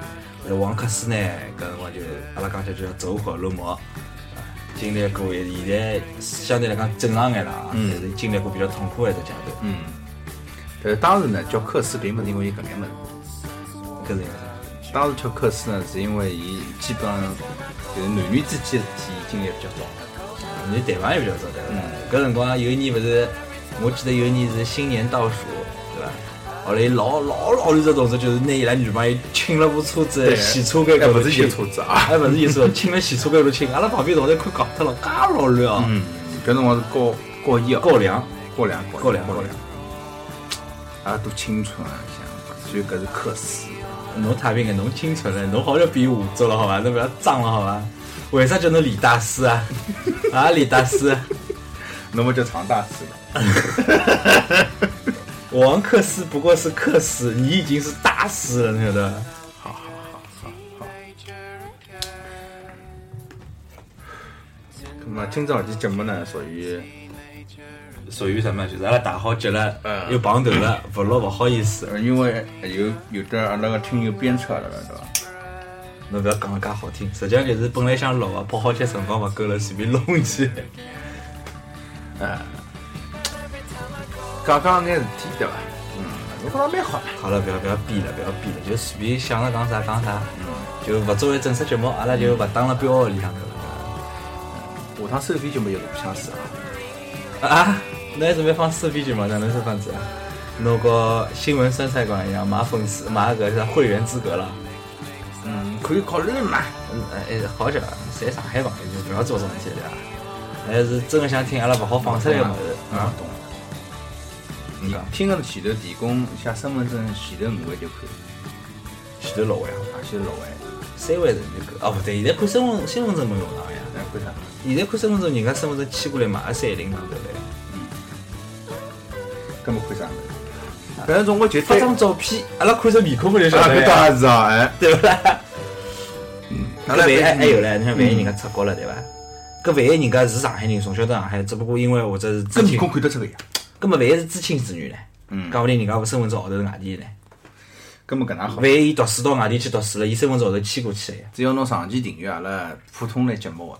那王克斯呢，搿辰光就阿拉讲起来就叫走火入魔，啊经历过一现在相对来讲正常眼了啊，但是经历过比较痛苦的一只阶段。嗯，但是呃当时呢，叫克斯并不是因为搿眼物事。搿是因为啥？当时吃克斯呢，是因为伊基本上就是男女之间的事体经历比较少。你台湾也比较早对伐？搿辰光有一年勿是，我记得有一年是新年倒数，对伐？后来老老老有只同事就是拿伊拉女朋友请了部车子，洗车盖哎高头不是请洗车子啊还勿是洗车，请了洗车盖高头请，阿拉旁边同事快搞脱了，介老乱哦，嗯，搿辰光是高高一哦，高粱高粱高粱高高粱粱，，啊，多青春啊，想，所以搿是克斯。侬太平眼，侬清纯了，侬好像比我做了好伐？侬勿要装了好伐？为啥叫侬李大师啊？啊，李大师，那么叫长大师了。王克斯不过是克斯，你已经是大师了，你晓得好伐？好好好好。那么今朝这期节目呢，属于属于什么？就是阿拉打好结了，嗯又碰头了，不录不好意思。呃因为有有的阿拉个听友鞭策了，对伐？侬不要讲得介好听，实际上就是本来想录个，跑好些辰光勿够了，随便弄一记。讲讲眼事体，对伐？嗯，我觉着蛮好的。好了，不要不要逼了，不要逼了，就随便想着讲啥讲啥，就勿作为正式节目，阿拉就勿当了标号里向头了。下趟收费节目有录像室啊。啊，侬还准备放四 B 节目？哪能是放子啊？侬和新闻生菜馆一样，买粉丝买搿啥会员资格了？嗯，可以考虑嘛。嗯，哎，好讲，在上海朋友就不要做这种事体了啊。还是真的想听阿拉勿好哦放出来嗯个物事啊啊。，懂了。你听个前头提供一下身份证前头五位就可以，前头六位啊，啊，先六位，三位人就够。哦，不对，现在看身份身份证没用了呀。那为啥？现在看身份证，人家身份证签过来嘛，也三零上头来，根本看啥？反正总归就发对。张照片，阿拉看着面孔不就晓啊，得搿了当呀？然是啊，哎，嗯对不啦？阿搿拉万一反正还有嘞，你看万一人家出国了，对伐？搿万一人家是上海人，从小到上海，只不过因为或者是知搿面青，孔看得出个呀。搿么万一是知青子女呢？嗯讲不定人家身份证号头是外地的呢。根本搿能好万，一伊读书到外地去读书了，伊身份证号头签过去的呀。只要侬长期订阅阿拉普通类节目，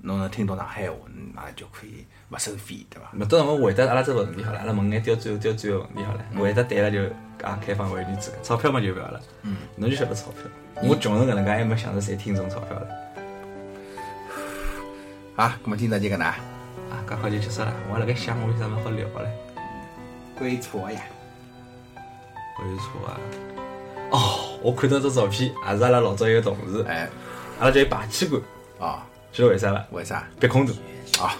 侬能听到上海话，那就可以勿收费，对伐？那到辰光回答阿拉这个问题好了，阿拉问眼刁钻刁钻个问题好了，回答对了就啊开放会员资格，钞票嘛就不要了，嗯，侬就晓得钞票，我穷成搿能介还没想着赚听众钞票了，啊，搿么今朝就搿能啊，啊，搿快就结束了，我还辣盖想我有啥物事好聊个嘞，归错呀。我有错啊，哦，我看到只照片，也是阿拉老早一个同事，哎，阿拉叫伊排气管，哦，晓得为啥伐？为啥？憋空肚，啊，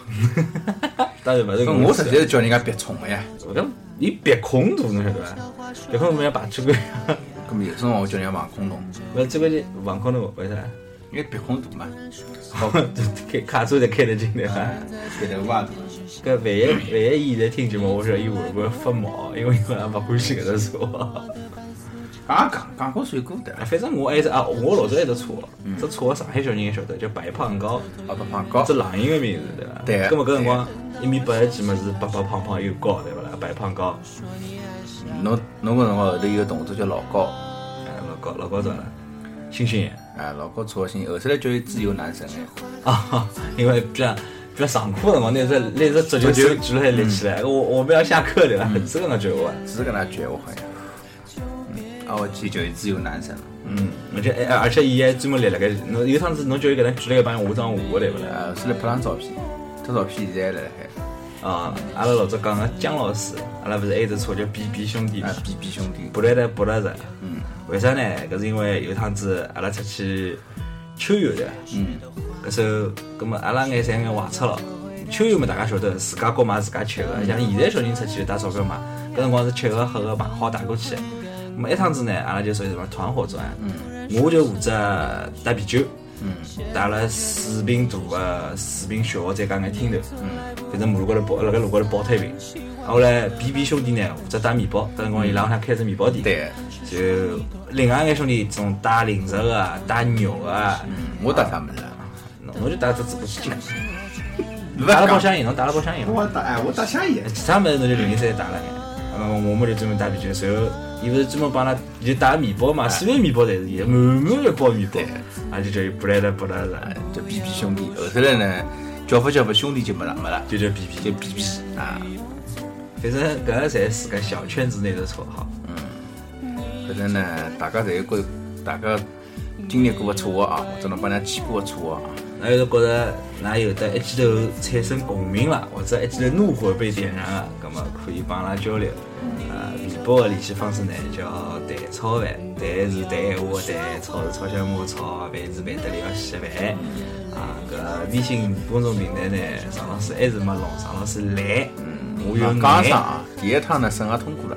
当然勿是搿我直直接接，是叫人家别冲个呀。搿伊憋空肚侬晓得伐？憋空肚要排气管，搿么有辰光我叫人家防空洞，勿最关键防空洞为啥？因为鼻孔大嘛，好，开卡车才开得进来伐？别头发大。搿万一万一现在听节目，我说伊会不会发毛？因为伊可能勿欢喜搿只 [LAUGHS] 车。刚啊讲讲过水果的，反正我还是啊，我老早一只车，只车上海小人也晓得，叫白胖高，老板胖高只，狼人个名字对伐？嗯对啊搿么搿辰光一米八十几嘛是白白胖胖又高对勿啦？白胖高，侬侬搿辰光后头有个同事叫老高，哎老高老高咋了？星星眼哎，老高车型后头来叫伊自由男神哎，啊， [LAUGHS] 因为比较比较上课辰光，拿只拿只足球手举了立嗯起来，我我们要下课对伐？是搿能觉悟啊。是搿能觉我好像，嗯，啊我去叫伊自由男神了，嗯，而且哎而且伊还专门立辣盖，侬有趟子侬叫伊搿能举了一帮下张我对勿啦？哎，后头来拍张照片，这照片现在还辣海，啊，阿拉老早讲个姜老师，阿拉勿是还有只车叫 BB 兄弟嘛哎，比比兄弟，布莱德布拉德。嗯，为啥呢？搿是因为有趟子阿拉出去秋游对伐？嗯，搿时候，搿么阿拉眼侪眼坏脱了。秋游嘛，大家晓得，自家搞买自家吃个，像现在小人出去带钞票买，搿辰光是吃个喝个买好带过去。咾么一趟子呢，阿拉就属于什么团伙作案。嗯，我就负责带啤酒。嗯，带了四啊瓶大个、四瓶小个，再加眼听头。嗯，反正马路高头抱，辣盖路高头抱脱一瓶。嗯啊后来 B B 兄弟呢负责带面包，搿辰光伊拉屋里向开只面包店，对，就另外一眼兄弟总带零食个、带肉个，我搭啥物事啊？侬侬就带只纸过去，勿带了包讲厢饮，侬带了包厢饮。我打哎，我打香烟，其他物事侬就零零散散打了眼。那么我们就专门打啤酒，随后伊勿是专门帮拉就打面包哎嘛，所有面包侪是伊的，满满一包面包对，啊就叫伊布莱德布拉的，就 B B 兄弟，后头来呢，叫法叫法兄弟就没了没了，就叫 B B 就。B B 啊，反正搿个侪是自家小圈子内的绰号。反正呢，大家侪有过，大家经历过个错误啊，或者侬帮人家去过个错误啊，那要是觉着㑚有的一记头产生共鸣了，或者一记头怒火被点燃了，葛么可以帮阿拉交流。呃，微博的联系方式呢叫蛋炒饭，蛋是谈闲话的蛋，炒是炒小马炒，饭是饭得里要稀饭。啊，搿微信公众平台呢，常老师还是没弄，常老师懒，我有啊刚上眼。啊，第一趟呢审核通过了，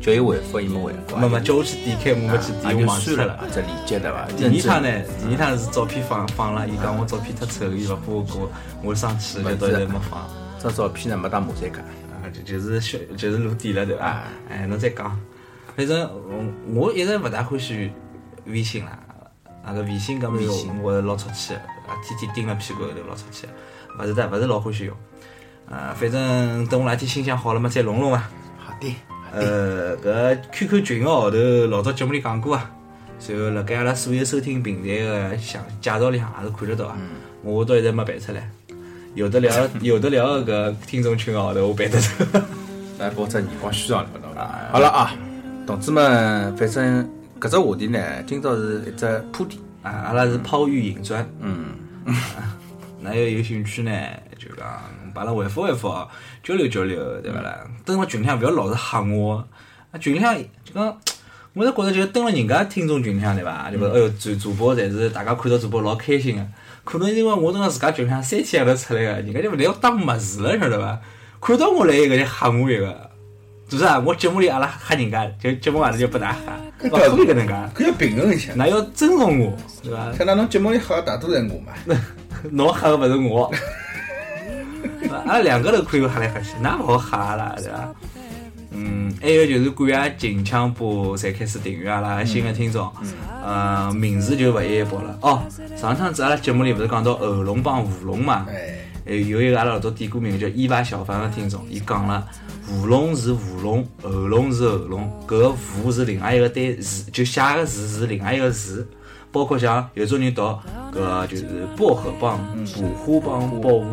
叫伊回复伊没回复啊，没没，叫我去点开，我没去啊点，就我忘记算脱了了啊。，只理解对伐？第二趟呢，第二趟是照片放放了，伊讲我照片太丑，伊勿拨我过，我生气了，就到现在没放。这照片呢没打马赛克，啊，就就是小就是露底了，对伐啊？哎，侬再讲，反正我我一直勿大欢喜微信啦，那个微信搿么微信用，我是老出气的，啊，天天盯了屁股后头老出气的，勿是的，勿是老欢喜用。啊，反正等我哪天心情好了嘛，再弄弄伐。好的，呃，搿 QQ 群个号头老早节目里讲过啊，随后辣盖阿拉所有收听平台个详介绍里向也是看得到啊。我到现在没办出来，有的聊有的聊个搿听众群个号头我办得出。来把只耳光虚上了，懂伐？好了啊，同志们，反正搿只话题呢，今朝是一只铺垫，啊，阿拉是抛玉引砖， [LAUGHS] 嗯。哪要有兴趣呢？就讲把阿拉回复回复，交流交流，对勿啦？登了群里向勿要老是吓我，啊，群里向就讲。我是觉着就是登了人家听众群里向对伐？对伐？哎哟，主主播侪是大家看到主播老开心个，可能因为我登了自家群里向三天还没出来个，人家就勿来要当物事了，晓得伐？看到我来一个就吓我一个，做啥？我节目里阿拉吓人家，就节目外头就拨大家吓，勿可以搿能介，搿要平衡一下。㑚要尊重我，对伐？看到侬节目里好像大多是我嘛， [LAUGHS] 侬吓个勿是我， [LAUGHS] 阿拉两个头可以吓来吓去，哪勿好吓阿拉对伐？嗯，还有就是感谢近腔部才开始订阅阿啊拉新的听众，呃，名字就勿一一报了。哦，上趟子阿拉节目里勿是讲到喉咙帮喉咙嘛？哎，还呃有一个阿拉老早点歌名叫伊娃小凡的听众，伊讲了，喉咙是喉咙，喉咙是喉咙，搿个喉是另外一个单词，就写个字是另外一个字，包括像有种人读搿个就是薄荷帮、捕花帮、保护，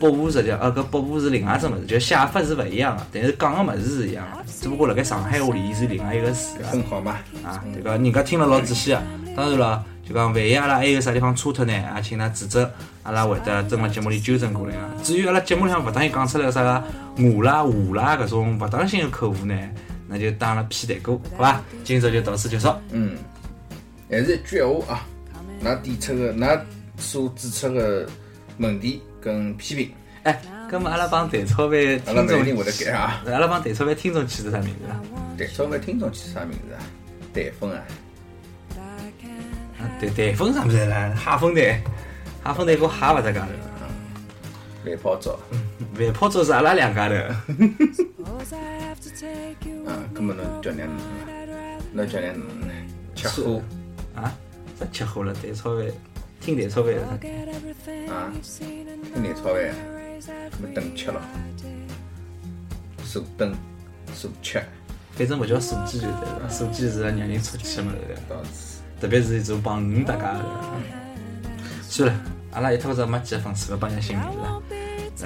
保护实际上啊搿保护是另外一只物事，就写法是勿一样的，但是讲个物事是一样的，只不过辣盖上海话里伊是另外一个字啊。很好嘛。啊，对个，人家听了老仔细啊。当然了，就讲万一阿拉还有啥地方错脱呢，也请㑚指正，阿拉会得蹲辣节目里纠正过来啊。至于阿拉节目里向勿当心讲出来啥个我啦、我啦搿种勿当心的口误呢，那就当阿拉屁难过，好伐？今朝就到此结束。嗯，还是一句闲话啊，㑚提出个，㑚所指出个问题跟批评，哎，葛末阿拉帮蛋炒饭阿拉听勿一定众会得改啊。阿拉帮蛋炒饭听众起是啥名字啊？对，稍微听众起啥名字啊？台风啊，啊，台台风啥物事啦？哈风台，哈风台跟哈勿搭界头，蓝泡澡万泡粥是阿拉两家头。啊，根本侬叫两侬叫两侬呢？吃喝啊，啥吃喝了？蛋炒饭，听蛋炒饭了。啊，听蓝草饭，搿么等吃咯，手等手吃，反正勿叫手机就对了，手机是让人出气嘛，对伐到此特别是一种帮鱼搭界的。算了，阿拉一头子没几个粉丝，勿帮人家寻名字了。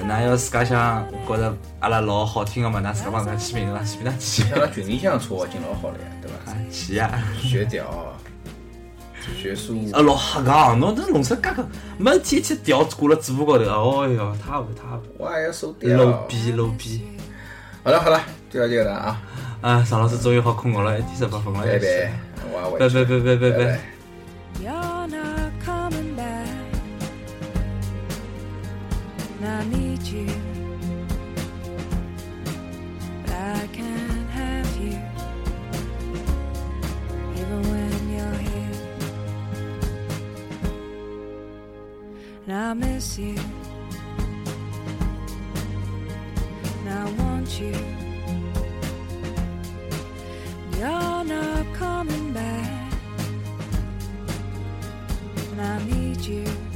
那要自家想觉着阿拉老好听个嘛，㑚自家帮自家起名字啦，随便㑚起像阿拉群里向说话已经老好了呀，对伐？啊，起呀！学屌，学术，啊，老瞎讲，侬这弄成介个，没天天调挂了嘴巴高头，哦哟，太恶太恶，我也要收屌。 low 逼 low 逼！好了好了，就到这个了啊，啊，常老师终于好困觉了，一点十八分了，拜拜，我也回拜去拜拜拜拜拜拜拜。。 You're not coming back. And I need you. But I can't have you. Even when you're here. And I miss you. And I want you. need you.